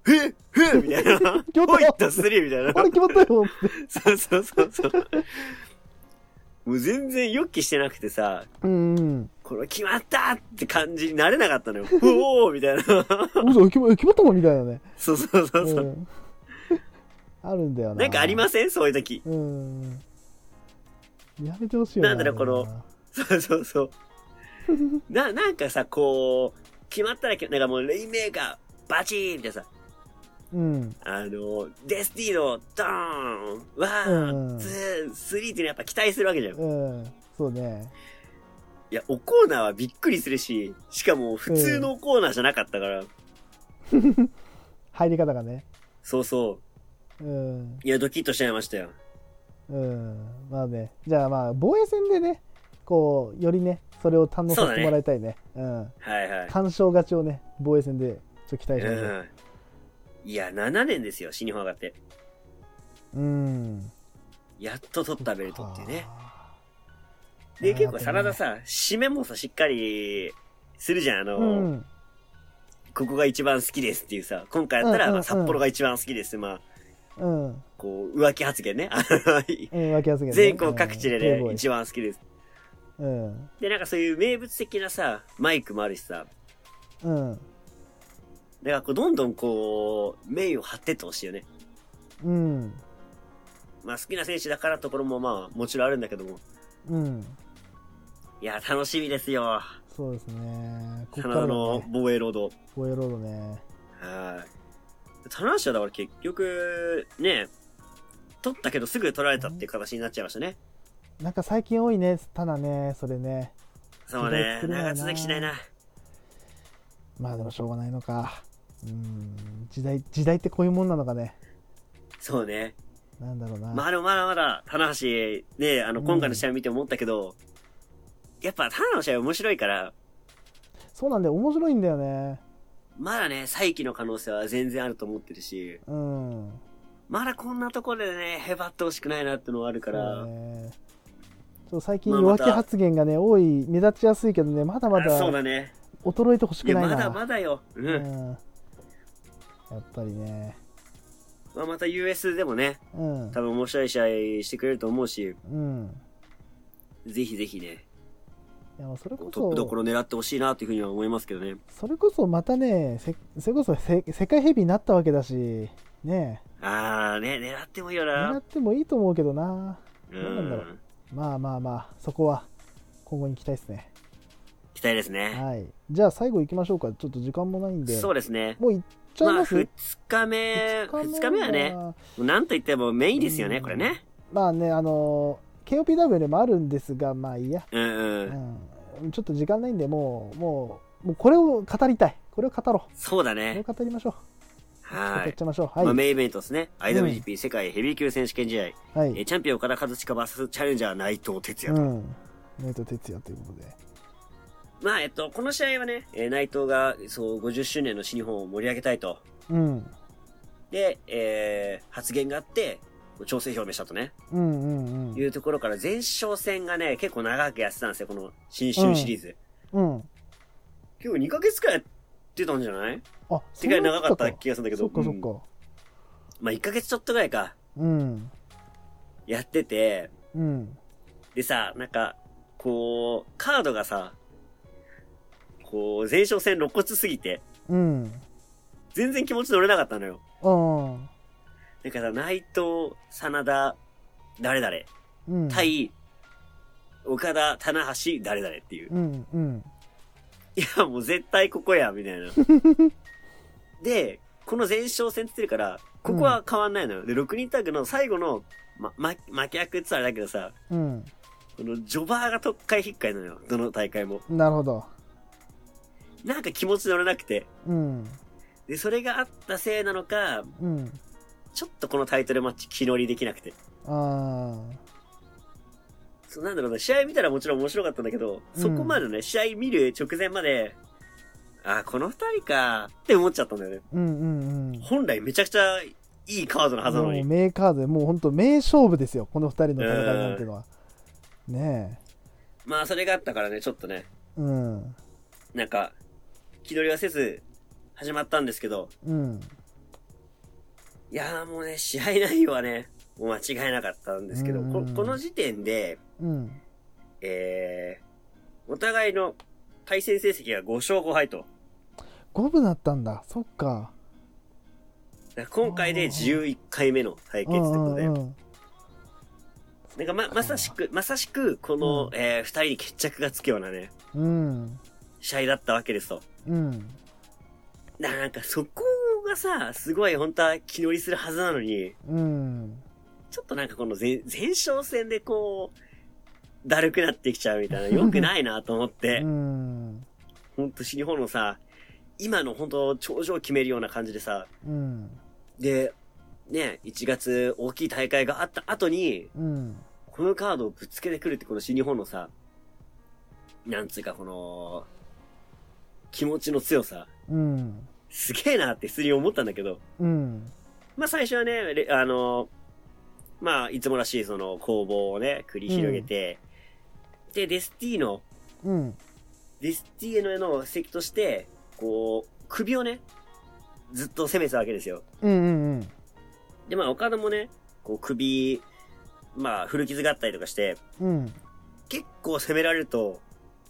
Speaker 2: へっへっみたい な。
Speaker 1: ちょっと
Speaker 2: おいった、スリーみたいな。
Speaker 1: あれ決まったよっ
Speaker 2: そうそうそうそう。もう全然予期してなくてさ、
Speaker 1: て。うんうん。
Speaker 2: これ決まったって感じになれなかった のよ。おおみたいな。
Speaker 1: 嘘決ま決まったのみたいなね。
Speaker 2: そうそうそうそうう。
Speaker 1: ん。あるんだよな。
Speaker 2: なんかありますせんそういう時。
Speaker 1: うん。やめてほしいよな。
Speaker 2: なんだろうこのそうそうそう。な、なんかさ、こう、決まったら、なんかもう、レインメーカー、バチーンみたいなさ、
Speaker 1: うん。
Speaker 2: あの、デスティーノ、ドーン、ワ
Speaker 1: うん
Speaker 2: ン、ツー、スリーっていうのやっぱ期待するわけじゃん。い
Speaker 1: うん。そうね。
Speaker 2: や、おコーナーはびっくりするし、しかも普通のコーナーじゃなかったから、
Speaker 1: 入り方がね。
Speaker 2: そうそう。
Speaker 1: うん。
Speaker 2: いや、ドキッとしちゃいましたよ。
Speaker 1: うんまあねじゃあまあ防衛戦でねこうよりねそれを堪能させてもらいたいねうん
Speaker 2: はいはい。
Speaker 1: 単勝勝ちをね防衛戦でちょっと期待しましょう
Speaker 2: うん。いや、7年ですよ、新日本上がって。
Speaker 1: うん
Speaker 2: やっと取ったベルトっていうね。
Speaker 1: あー
Speaker 2: で、
Speaker 1: あー
Speaker 2: 結構、真田さ、締めもさ、しっかりするじゃん。あの、
Speaker 1: うん
Speaker 2: ここが一番好きですっていうさ、今回やっ
Speaker 1: う
Speaker 2: た
Speaker 1: ん
Speaker 2: ら、
Speaker 1: うん
Speaker 2: ま
Speaker 1: うん
Speaker 2: あ札幌が一番好きです。まあ、
Speaker 1: うん
Speaker 2: こう、浮気発言ね。あの
Speaker 1: うん分けやすいけどね
Speaker 2: 全国各地で
Speaker 1: うん
Speaker 2: ね、一番好きです。
Speaker 1: うん
Speaker 2: で、なんかそういう名物的なさ、マイクもあるしさ、
Speaker 1: うん
Speaker 2: だからこう、どんどんこう、メインを張ってってほしいよね。
Speaker 1: うん
Speaker 2: まあ、好きな選手だからところもまあ、もちろんあるんだけども。
Speaker 1: うん
Speaker 2: いや、楽しみですよ。
Speaker 1: そうですねこ
Speaker 2: 真
Speaker 1: っか
Speaker 2: 田
Speaker 1: ら
Speaker 2: の
Speaker 1: の
Speaker 2: 防衛労働。
Speaker 1: 防衛ロードね
Speaker 2: はい。棚橋はだから結局、ね、取ったけどすぐ取られたっていう形になっちゃいましたね。
Speaker 1: なんか最近多いねただねそれね
Speaker 2: そうね、
Speaker 1: それは作れないな
Speaker 2: 長続きしないな。
Speaker 1: まあでもしょうがないのかうん時代時代ってこういうもんなのかね
Speaker 2: そうね。
Speaker 1: なんだろうな、
Speaker 2: まあでもまだまだ、棚橋、ね、あの、
Speaker 1: うん
Speaker 2: 今回の試合見て思ったけど、やっぱ棚橋の試合面白いから、
Speaker 1: そうなんだよ面白いんだよね
Speaker 2: まだね、再起の可能性は全然あると思ってるし、
Speaker 1: うん
Speaker 2: まだこんなところでね、へばってほしくないなってのはあるか
Speaker 1: そうだ
Speaker 2: ら、
Speaker 1: ねそう最近
Speaker 2: まあ
Speaker 1: 弱
Speaker 2: ま
Speaker 1: 気
Speaker 2: た
Speaker 1: 発言がね、多い目立ちやすいけどねまだま
Speaker 2: あそうだ
Speaker 1: だ
Speaker 2: ね。
Speaker 1: 衰えてほし
Speaker 2: い
Speaker 1: く
Speaker 2: や、
Speaker 1: ない
Speaker 2: ま
Speaker 1: な
Speaker 2: だまだよ。うん。
Speaker 1: うん、やっぱりね
Speaker 2: まあ、また US でもね、
Speaker 1: うん
Speaker 2: 多分面白い試合してくれると思うし、
Speaker 1: うん
Speaker 2: ぜひぜひね、
Speaker 1: いやもうそれこ
Speaker 2: トップどこ
Speaker 1: そ
Speaker 2: ろ狙ってほしいなというふうには思いますけどね。
Speaker 1: それこそまたねせそれこそせ世界ヘビーになったわけだしね
Speaker 2: あーね、狙ってもいいよ
Speaker 1: 狙
Speaker 2: な
Speaker 1: っ。てもいいと思うけどな
Speaker 2: う。
Speaker 1: どうなんだろうんまあまあまあそこは今後に期待ですね
Speaker 2: 期待ですね。
Speaker 1: はいじゃあ最後行きましょうかちょっと時間もないんで
Speaker 2: そうですね。
Speaker 1: もう行っちゃい
Speaker 2: まあ、
Speaker 1: ます、
Speaker 2: 二日目、二日目はね、もうなんといってもメインですよ
Speaker 1: う
Speaker 2: ね、
Speaker 1: ん
Speaker 2: これね。
Speaker 1: まあねあの KOPW でもあるんですがまあいいや、
Speaker 2: うんう。
Speaker 1: うんんちょっと時間ないんでもうもうもうこれを語りたいこれを語ろう
Speaker 2: そうだ
Speaker 1: これを
Speaker 2: ね。
Speaker 1: 語りましょうちょっ
Speaker 2: は
Speaker 1: とやっ
Speaker 2: い
Speaker 1: ち。ゃいましょうはい、
Speaker 2: まあ、メインイベントですね。IWGP 世界ヘビー級選手権試合。
Speaker 1: は
Speaker 2: え
Speaker 1: い
Speaker 2: チャンピオンから和親 VS チャレンジャー内藤哲
Speaker 1: う
Speaker 2: 也。
Speaker 1: んネイト哲也ということで
Speaker 2: まあ、えっと、この試合はね、えー内藤が、そう、50周年の新日本を盛り上げたいと。
Speaker 1: うん
Speaker 2: で、えー発言があって、調整表明したとね。
Speaker 1: うんうんうん
Speaker 2: いうところから前哨戦がね、結構長くやってたんですよ、この新春シリーズ。
Speaker 1: うん
Speaker 2: 結構2ヶ月くらいやってたんじゃない
Speaker 1: あ
Speaker 2: 世界長かっ
Speaker 1: そん
Speaker 2: た
Speaker 1: な
Speaker 2: 気がするんだけ
Speaker 1: そ
Speaker 2: ど。
Speaker 1: っかそっ
Speaker 2: うん
Speaker 1: か
Speaker 2: まあ1ヶ月ちょっとくらいか、
Speaker 1: うん
Speaker 2: やってて、
Speaker 1: うん
Speaker 2: でさ、なんか、こう、カードがさ、こう、前哨戦露骨すぎて、
Speaker 1: うん
Speaker 2: 全然気持ち乗れなかったのよ。
Speaker 1: うん
Speaker 2: なんかさ、内藤、真田、誰々、
Speaker 1: うん
Speaker 2: 対、岡田、棚橋、誰々っていう。
Speaker 1: うんうん
Speaker 2: いや、もう絶対ここや、みたいな。 で、この前哨戦って言ってるから、ここは変わんないのよ。で、6人タッグの最後の、ま、ま、負け役って言ったらあれだけどさ、
Speaker 1: うん
Speaker 2: このジョバーが特会引っかいなのよ。どの大会も。
Speaker 1: なるほど
Speaker 2: なんか気持ち乗れなくて。
Speaker 1: うん
Speaker 2: で、それがあったせいなのか、
Speaker 1: うん
Speaker 2: ちょっとこのタイトルマッチ気乗りできなくて。
Speaker 1: ああ
Speaker 2: そうなんだろうな、試合見たらもちろん面白かったんだけど、そこまでね、試合見る直前まで、あー、この二人か、って思っちゃったんだよね。
Speaker 1: うんうんうん
Speaker 2: 本来めちゃくちゃいいカードのはずなのに
Speaker 1: もう。名カードでもう本当名勝負ですよこの2人の戦いなんてのは、ね
Speaker 2: まあ、それがあったからね、ちょっとね、
Speaker 1: えうん
Speaker 2: なんか、気取りはせず、始まったんですけど、
Speaker 1: うん
Speaker 2: いやーもうね、試合内容はね、もう間違いなかったんですけど、
Speaker 1: うん
Speaker 2: ここの時点で、
Speaker 1: うん
Speaker 2: えー、お互いの対戦成績が5勝5敗と。
Speaker 1: 五分だったんだそっか
Speaker 2: だから今回で11回目の対決ということで、
Speaker 1: うんうん
Speaker 2: なんかま、まさしく、まさしく、この、
Speaker 1: うん
Speaker 2: えー、二人に決着がつくようなね、
Speaker 1: うん
Speaker 2: 試合だったわけですと。
Speaker 1: うん
Speaker 2: だからなんかそこがさ、すごい本当は気乗りするはずなのに、
Speaker 1: うん
Speaker 2: ちょっとなんかこの前前哨戦でこう、だるくなってきちゃうみたいな、良くないなと思っ
Speaker 1: う
Speaker 2: て、
Speaker 1: ん
Speaker 2: ほんと新日本のさ、今のほんと頂上を決めるような感じでさ、
Speaker 1: うん
Speaker 2: で、ね、1月大きい大会があった後に、
Speaker 1: うん。
Speaker 2: このカードをぶつけてくるって、この新日本のさ、なんつうかこの、気持ちの強さ、
Speaker 1: うん。
Speaker 2: すげえなって普通に思ったんだけど、
Speaker 1: うん。
Speaker 2: まあ最初はね、れあの、まあいつもらしいその攻防をね、繰り広げて、で、デスティーノ、
Speaker 1: うん。
Speaker 2: デスティーノへの席として、こう、首をね、ずっと攻めてたわけですよ。
Speaker 1: うん。うん。
Speaker 2: で、まあ岡田もね、こう首、まあ古傷があったりとかして、
Speaker 1: うん。
Speaker 2: 結構攻められると、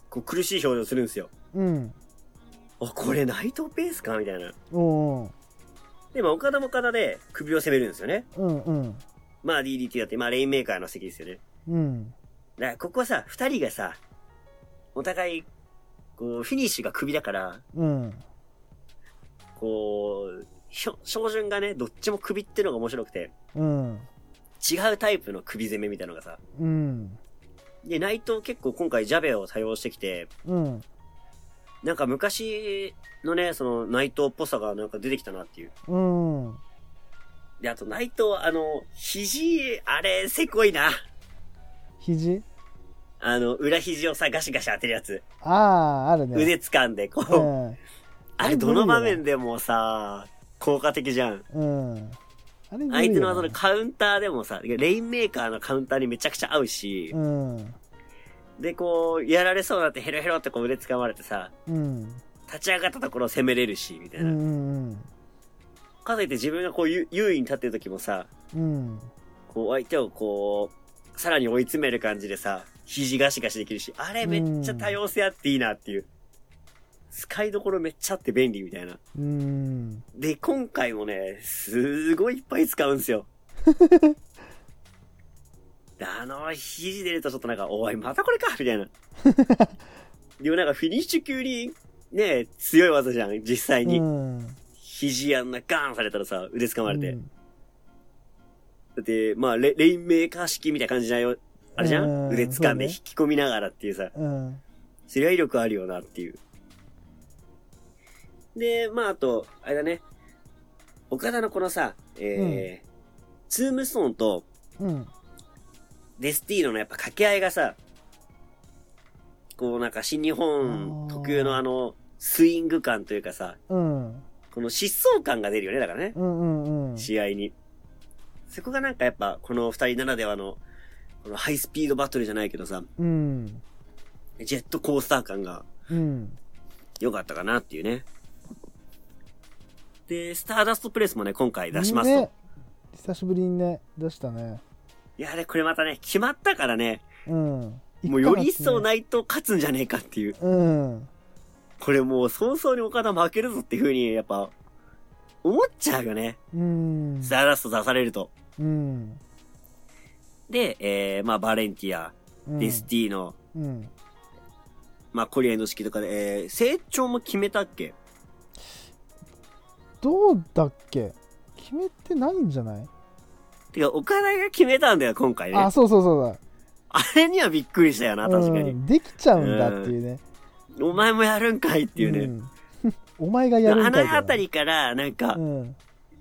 Speaker 2: こう苦しい表情するんですよ。
Speaker 1: うん。
Speaker 2: あ、これ内藤ペースかみたいな。
Speaker 1: おー
Speaker 2: で、まあ岡田も岡田で首を攻めるんですよね。
Speaker 1: うん。うん。
Speaker 2: まあ DDT だって、まあレインメーカーの席ですよね。
Speaker 1: うん。
Speaker 2: だからここはさ、二人がさ、お互い、こう、フィニッシュが首だから、
Speaker 1: うん。
Speaker 2: こう、ひょ照準がね、どっちも首ってのが面白くて、
Speaker 1: うん。
Speaker 2: 違うタイプの首攻めみたいなのがさ。
Speaker 1: うん。
Speaker 2: で、内藤結構今回ジャベを多用してきて、
Speaker 1: うん。
Speaker 2: なんか昔のね、その内藤っぽさがなんか出てきたなっていう。
Speaker 1: うん。
Speaker 2: で、あと内藤はあの、肘、あれ、せこいな。
Speaker 1: 肘
Speaker 2: あの、裏肘をさ、ガシガシ当てるやつ。
Speaker 1: ああ、あるね。
Speaker 2: 腕掴んで、こう、
Speaker 1: うん。
Speaker 2: あれどの場面でもさ、効果的じゃん。
Speaker 1: うん。あれ
Speaker 2: 相手の技の
Speaker 1: ず
Speaker 2: カウンターでもさ、レインメーカーのカウンターにめちゃくちゃ合う
Speaker 1: る、
Speaker 2: し
Speaker 1: よね
Speaker 2: で、こう、やられそうになってヘロヘロってこう腕掴まれてさ、
Speaker 1: うん。うん。
Speaker 2: 立ち上がったところを攻めれるし、みた
Speaker 1: う
Speaker 2: いな。
Speaker 1: ん。
Speaker 2: かといって自分がこうゆ優位に立ってる時もさ、
Speaker 1: うん。
Speaker 2: こう相手をこう、さらに追い詰める感じでさ、肘ガシガシできるし、あれめっちゃ多様性あっていいなっていう。使いどころめっちゃあって便利みたいな。
Speaker 1: うん。うん。
Speaker 2: で、今回もね、すごいいっぱい使うん すよ。であの、肘出るとちょっとなんか、おい、またこれか みたいな。でもなんかフィニッシュ級に、ね、強い技じゃん、実際に。
Speaker 1: うん。
Speaker 2: 肘あんなガーンされたらさ、腕掴まれて。
Speaker 1: うん
Speaker 2: だって、まあレ、レインメーカー式みたいな感じなよ。あれじゃ
Speaker 1: うん
Speaker 2: ん腕掴んで
Speaker 1: そうね
Speaker 2: 引き込みながらっていうさ、
Speaker 1: うん。
Speaker 2: そりゃ威力あるよなっていう。で、まあ、あと、あれだね。岡田のこのさ、えーツームストーンと
Speaker 1: うん。
Speaker 2: デスティーノのやっぱ掛け合いがさ、こうなんか新日本特有のあの、スイング感というかさ、
Speaker 1: うん。
Speaker 2: この疾走感が出るよね、だからね。
Speaker 1: うんうんうん。
Speaker 2: 試合に。そこがなんかやっぱ、この二人ならではの、このハイスピードバトルじゃないけどさ、
Speaker 1: うん。
Speaker 2: ジェットコースター感が
Speaker 1: うん。
Speaker 2: 良かったかなっていうね。で、スターダストプレスもね、今回出しますと。
Speaker 1: ね久しぶりにね、出したね。
Speaker 2: いや、で、これまたね、決まったからね、
Speaker 1: うん。
Speaker 2: もうより一層
Speaker 1: い。
Speaker 2: ないと勝つんじゃねえかっていう。
Speaker 1: うん。
Speaker 2: これもう早々に岡田負けるぞっていう風に、やっぱ、思っちゃうよね。
Speaker 1: うん
Speaker 2: ス。ターダスト出されると。
Speaker 1: うん。
Speaker 2: で、えー、まあ、バレンティア、
Speaker 1: うん
Speaker 2: デスティーノ、
Speaker 1: うん。
Speaker 2: まあ、コリアの式とかで、えー、成長も決めたっけ
Speaker 1: どうだっけ決めてないんじゃない
Speaker 2: てか、岡田が決めたんだよ、今回ね。
Speaker 1: あ、
Speaker 2: あ
Speaker 1: そうそうそう
Speaker 2: れにはびっくりしたよ
Speaker 1: だ。
Speaker 2: な、確かに。
Speaker 1: うんできちゃうんだっていうね。
Speaker 2: お前もやるんかいっていうね。
Speaker 1: んお前がやる
Speaker 2: あ
Speaker 1: んかい
Speaker 2: のあたりから、なんか、
Speaker 1: うん。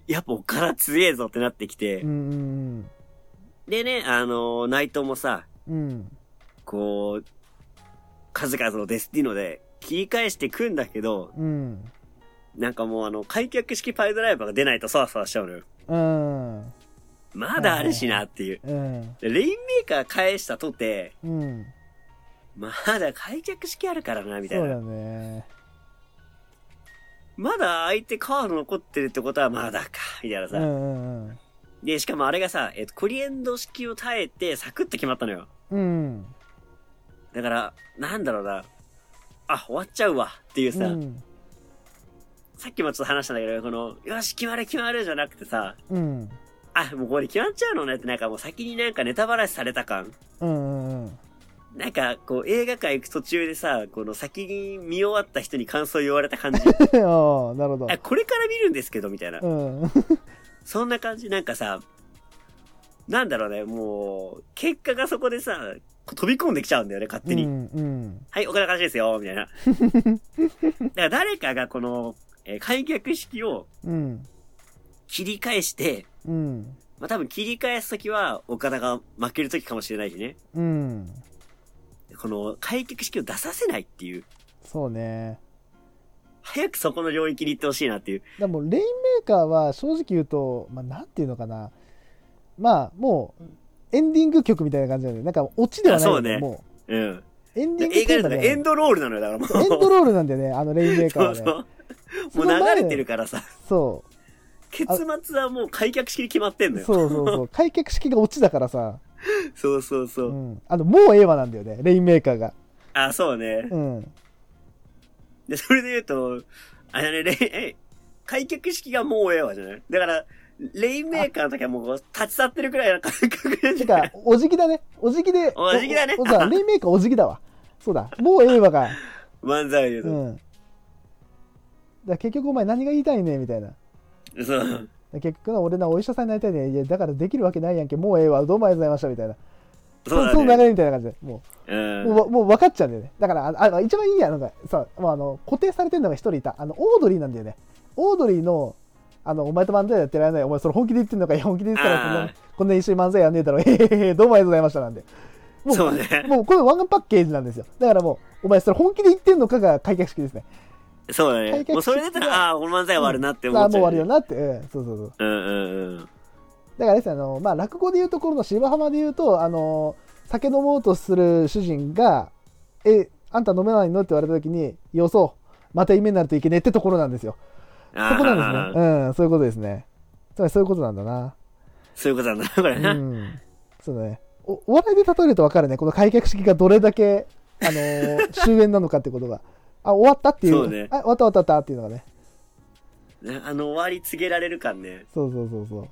Speaker 2: やっぱ岡田強えぞってなってきて、
Speaker 1: うんうん
Speaker 2: でね、あのー内藤もさ、
Speaker 1: うん。うん。
Speaker 2: こう、数々のデスティーノで切り返してくんだけど、
Speaker 1: うん。
Speaker 2: なんかもうあの、開脚式パイドライバーが出ないとそわそわしちゃうのよ。
Speaker 1: うん。
Speaker 2: まだあるしなっていう。
Speaker 1: うん。
Speaker 2: でレインメーカー返したとて、
Speaker 1: うん。
Speaker 2: まだ開脚式あるからな、みたい
Speaker 1: そう
Speaker 2: な。
Speaker 1: だね。
Speaker 2: まだ相手カード残ってるってことはまだか、みたいな
Speaker 1: う
Speaker 2: さ。
Speaker 1: んうんうん。
Speaker 2: で、しかもあれがさ、えっと、コリエンド式を耐えて、サクッと決まったのよ。
Speaker 1: うん。
Speaker 2: だから、なんだろうな。あ、終わっちゃうわ。っていう
Speaker 1: う
Speaker 2: さ、
Speaker 1: ん。
Speaker 2: さっきもちょっと話したんだけど、この、よし、決まる決まるじゃなくてさ、
Speaker 1: うん。
Speaker 2: あ、もうこれ決まっちゃうのねって、なんかもう先になんかネタバラシされた感。
Speaker 1: うんうんうん。
Speaker 2: なんか、こう、映画館行く途中でさ、この先に見終わった人に感想言われた感じ。
Speaker 1: ああ、なるほど。
Speaker 2: あ、これから見るんですけど、みたいな
Speaker 1: う。ん。
Speaker 2: そんな感じ、なんかさ、なんだろうね、もう、結果がそこでさ、飛び込んできちゃうんだよね、勝手に。
Speaker 1: うんうん。
Speaker 2: はい、お金貸しですよ、みたいな。だから誰かがこの、えー開脚式を
Speaker 1: うん。
Speaker 2: 切り返して、
Speaker 1: うん
Speaker 2: まあ多分切り返すときは岡田が負けるときかもしれないしね。
Speaker 1: うん
Speaker 2: この解決式を出させないっていう。
Speaker 1: そうね
Speaker 2: 早くそこの領域に行ってほしいなっていう。
Speaker 1: でもレインメーカーは正直言うと、まあ、なんていうのかなまあもうエンディング曲みたいな感じなんでなんかオチではない
Speaker 2: あそ
Speaker 1: よ
Speaker 2: うね
Speaker 1: も
Speaker 2: うん。
Speaker 1: うエンディング
Speaker 2: 映画
Speaker 1: テー
Speaker 2: だ
Speaker 1: マで
Speaker 2: と
Speaker 1: はない
Speaker 2: エンドロールなのよ、だからもう。
Speaker 1: エンドロールなんだよねあのレインメーカー
Speaker 2: そ
Speaker 1: は
Speaker 2: う
Speaker 1: ね
Speaker 2: そう。
Speaker 1: そ
Speaker 2: も
Speaker 1: の前
Speaker 2: う流れてるからさ、
Speaker 1: そう
Speaker 2: 結末はもう解決式に決まってんのよ。
Speaker 1: そうそう そう開脚式がオチだからさ、
Speaker 2: そうそうそうう。
Speaker 1: ん、あのもうええわなんだよねレインメーカーが
Speaker 2: あ、そうね。
Speaker 1: うん
Speaker 2: で、それで言うと、あれね、レイえ、開脚式がもうええわじゃないだから、レインメーカーの時はもう立ち去ってるくらいの感覚で。
Speaker 1: て かおじぎだねおじぎで
Speaker 2: お辞儀だね
Speaker 1: おお さレインメーカーおじぎだわそうだもうええわが
Speaker 2: 漫才で
Speaker 1: う
Speaker 2: 言うん
Speaker 1: だから結局お前何が言いたいねみたいな
Speaker 2: と。そう。
Speaker 1: 結局な俺なお医者さんになりたいねいやだからできるわけないやんけもうええわどうもありがとうございましたみたいな
Speaker 2: そうだ
Speaker 1: その
Speaker 2: ね。
Speaker 1: 流れみたいな感じでも
Speaker 2: う
Speaker 1: う,、
Speaker 2: ん。
Speaker 1: もうもう分かっちゃうんだよねだからああ一番いいやなんかさもうあの固定されてるのが一人いたあのオードリーなんだよねオードリーのあのお前と漫才やってられないお前それ本気で言ってんのかいや本気で言ってたらそん
Speaker 2: あ
Speaker 1: な
Speaker 2: ー
Speaker 1: こんな一緒に漫才やんねえだろえへへへどうもありがとうございましたなんでもう
Speaker 2: そうね。
Speaker 1: もうこれワンパッケージなんですよだからもうお前それ本気で言ってんのかが開脚式ですね
Speaker 2: そう
Speaker 1: 解
Speaker 2: だね。
Speaker 1: 決
Speaker 2: もうそれで言った
Speaker 1: 式が
Speaker 2: ら、ああー、この漫才終わるなって思
Speaker 1: さあも
Speaker 2: っ
Speaker 1: う
Speaker 2: ちゃ
Speaker 1: 終
Speaker 2: う、
Speaker 1: わるよ。なって、うん、そうそうそう
Speaker 2: うんうんうん。
Speaker 1: だからですねあの、まあ、落語でいうところの芝浜でいうとあの酒飲もうとする主人が「えあんた飲めないの?」って言われた時に「よそうまた夢になるといけねえ」ってところなんですよ
Speaker 2: あ
Speaker 1: そ
Speaker 2: ー
Speaker 1: こなんですねうんそういうことですねつまりそういうことなんだな
Speaker 2: そういうことなんだ、 これ
Speaker 1: う
Speaker 2: な。
Speaker 1: んそうだねおお笑いで例えると分かるねこの開脚式がどれだけあのー 終焉なのかってことがあ終わったっていう
Speaker 2: そうね
Speaker 1: あ終わった終わった終わったっていうのがね
Speaker 2: ねあの、終わり告げられる感ね。
Speaker 1: そうそうそうそう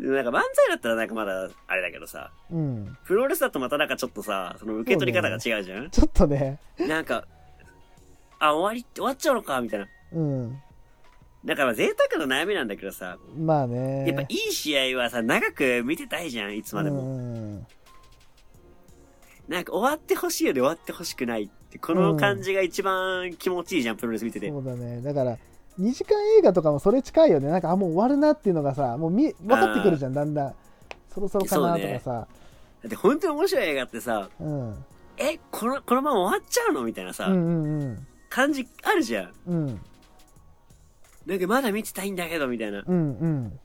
Speaker 2: でなんか漫才だったらなんかまだ、あれだけどさ、
Speaker 1: うん
Speaker 2: プロレスだとまたなんかちょっとさ、その受け取り方が違うじゃん、
Speaker 1: ちょっとね
Speaker 2: なんか、あ、終わりって終わっちゃうのか、みたいな。
Speaker 1: うん
Speaker 2: だから贅沢な悩みなんだけどさ、
Speaker 1: まあね
Speaker 2: やっぱいい試合はさ、長く見てたいじゃん、いつまでも。
Speaker 1: うん
Speaker 2: なんか終わってほしいより終わってほしくないって、この感じが一番気持ちいいじゃん、プロレス見てて。
Speaker 1: そうだねだから2時間映画とかもそれ近いよねなんかあもう終わるなっていうのがさもう見分かってくるじゃんだんだんそろそろかなとかさ
Speaker 2: だって本当に面白い映画ってさ、
Speaker 1: う,、ん、
Speaker 2: え、この、このまま終わっちゃうのみたいなさ、
Speaker 1: うんうん
Speaker 2: 感じあるじゃん。
Speaker 1: うんうん
Speaker 2: なんかまだ見てたいんだけど、みたいな。
Speaker 1: うんうん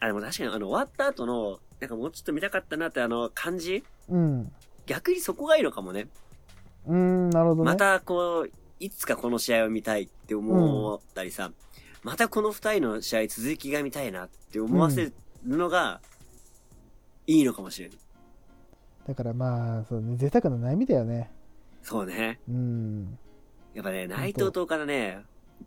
Speaker 2: あ、でも確かにあの、終わった後の、なんかもうちょっと見たかったなってあの、感じ
Speaker 1: うん
Speaker 2: 逆にそこがいいのかもね。
Speaker 1: うんなるほどね
Speaker 2: またこう、いつかこの試合を見たいって思ったりさ、またこの二人の試合続きが見たいなって思わせるのが、いいのかもしれん。
Speaker 1: だからまあそう、ね、贅沢な悩みだよね
Speaker 2: そうね。
Speaker 1: うん
Speaker 2: やっぱね、
Speaker 1: 当
Speaker 2: 内藤と岡田ね、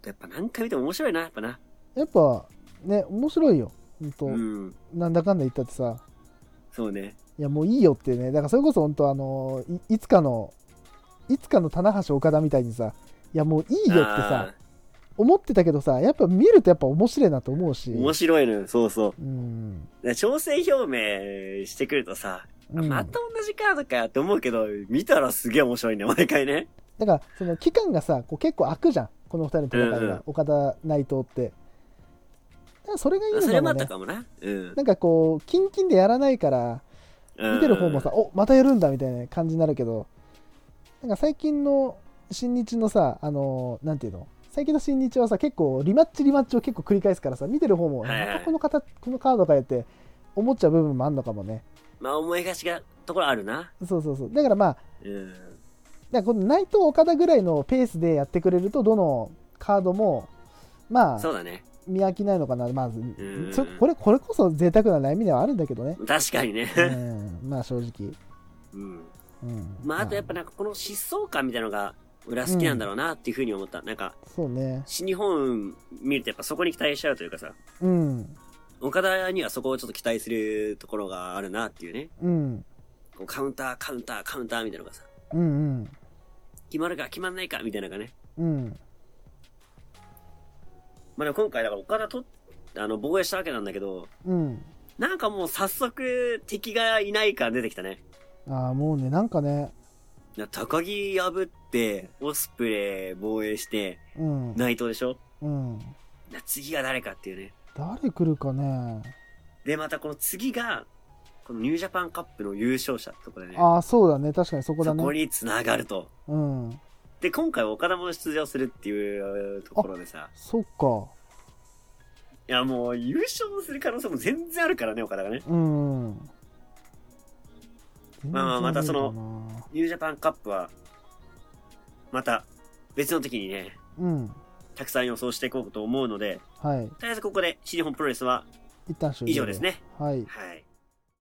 Speaker 2: やっぱ何回見ても面白いな、やっぱな。
Speaker 1: やっぱね面白いよ本当、
Speaker 2: うん。
Speaker 1: なんだかんだ言ったってさ
Speaker 2: そうね。
Speaker 1: いやもういいよってねだからそれこそ本当あのいいつかのいつかの棚橋岡田みたいにさいやもういいよってさ
Speaker 2: あ
Speaker 1: 思ってたけどさやっぱ見るとやっぱ面白いなと思うし
Speaker 2: ー面白いのよ、そうそう。
Speaker 1: うん
Speaker 2: だから調整表明してくるとさ、
Speaker 1: うん
Speaker 2: また同じカードかよって思うけど、見たらすげえ面白いね、毎回ね。
Speaker 1: だからその期間がさこう結構空くじゃんこの二人の戦いが、
Speaker 2: うんうん
Speaker 1: 岡田内藤ってだからそれがいいの
Speaker 2: そ
Speaker 1: か
Speaker 2: れも
Speaker 1: も
Speaker 2: あった
Speaker 1: ね
Speaker 2: かもな。うん。
Speaker 1: なんかこうキンキンでやらないから見てる方もさ、おまたやるんだみたいな感じになるけどなんか最近の新日のさあのーなんていうの最近の新日はさ結構リマッチリマッチを結構繰り返すからさ見てる方も、
Speaker 2: はいはい
Speaker 1: またこの方このカードかよって思っちゃう部分もあるのかもね
Speaker 2: まあ思いがちがところあるな。
Speaker 1: そうそうそうだからまあ
Speaker 2: うん。
Speaker 1: だからこの内藤岡田ぐらいのペースでやってくれるとどのカードもま
Speaker 2: そ
Speaker 1: あ
Speaker 2: うだね。
Speaker 1: 見飽きないのかなまず
Speaker 2: ん
Speaker 1: そこれこれこそ贅沢な悩みではあるんだけ どね
Speaker 2: 確かにね。
Speaker 1: うんまあ正直、
Speaker 2: うん。
Speaker 1: うん、
Speaker 2: まああとやっぱなんかこの疾走感みたいなのが裏好きなんだろうなっていうふうに思った。なんか、
Speaker 1: そうね
Speaker 2: 新日本見るとやっぱそこに期待しちゃうというかさ、
Speaker 1: うん
Speaker 2: 岡田にはそこをちょっと期待するところがあるなっていうね。
Speaker 1: うん
Speaker 2: こうカウンター、カウンター、カウンターみたいなのがさ、
Speaker 1: うんうん
Speaker 2: 決まるか決まんないかみたいなのがね。
Speaker 1: うん
Speaker 2: まあでも今回だから岡田と、あの、防衛したわけなんだけど、
Speaker 1: うん
Speaker 2: なんかもう早速敵がいない感出てきたね。
Speaker 1: ああもうねなんかね
Speaker 2: いや高木破って、オスプレイ防衛して、
Speaker 1: うん
Speaker 2: 内藤でしょ
Speaker 1: うん
Speaker 2: いや次が誰かっていうね。
Speaker 1: 誰来るかね。
Speaker 2: で、またこの次が、このニュージャパンカップの優勝者ってとこでね、
Speaker 1: ああ、そうだね。確かにそこだ
Speaker 2: そ
Speaker 1: ね。
Speaker 2: こに繋がると。
Speaker 1: うん。
Speaker 2: で、今回岡田も出場するっていうところでさ、
Speaker 1: そっか。
Speaker 2: いやもう優勝する可能性も全然あるからね、岡田がね。
Speaker 1: うん。
Speaker 2: まあまあまたそ
Speaker 1: 全
Speaker 2: の
Speaker 1: 然見えるか
Speaker 2: ニュージャパンカップは、また別の時にね、
Speaker 1: な。うん。
Speaker 2: たくさん予想していこうと思うので、
Speaker 1: はい。
Speaker 2: とりあえずここで新日本プロレスは
Speaker 1: 一旦終了。
Speaker 2: 以上です。ね。
Speaker 1: はい。
Speaker 2: はい。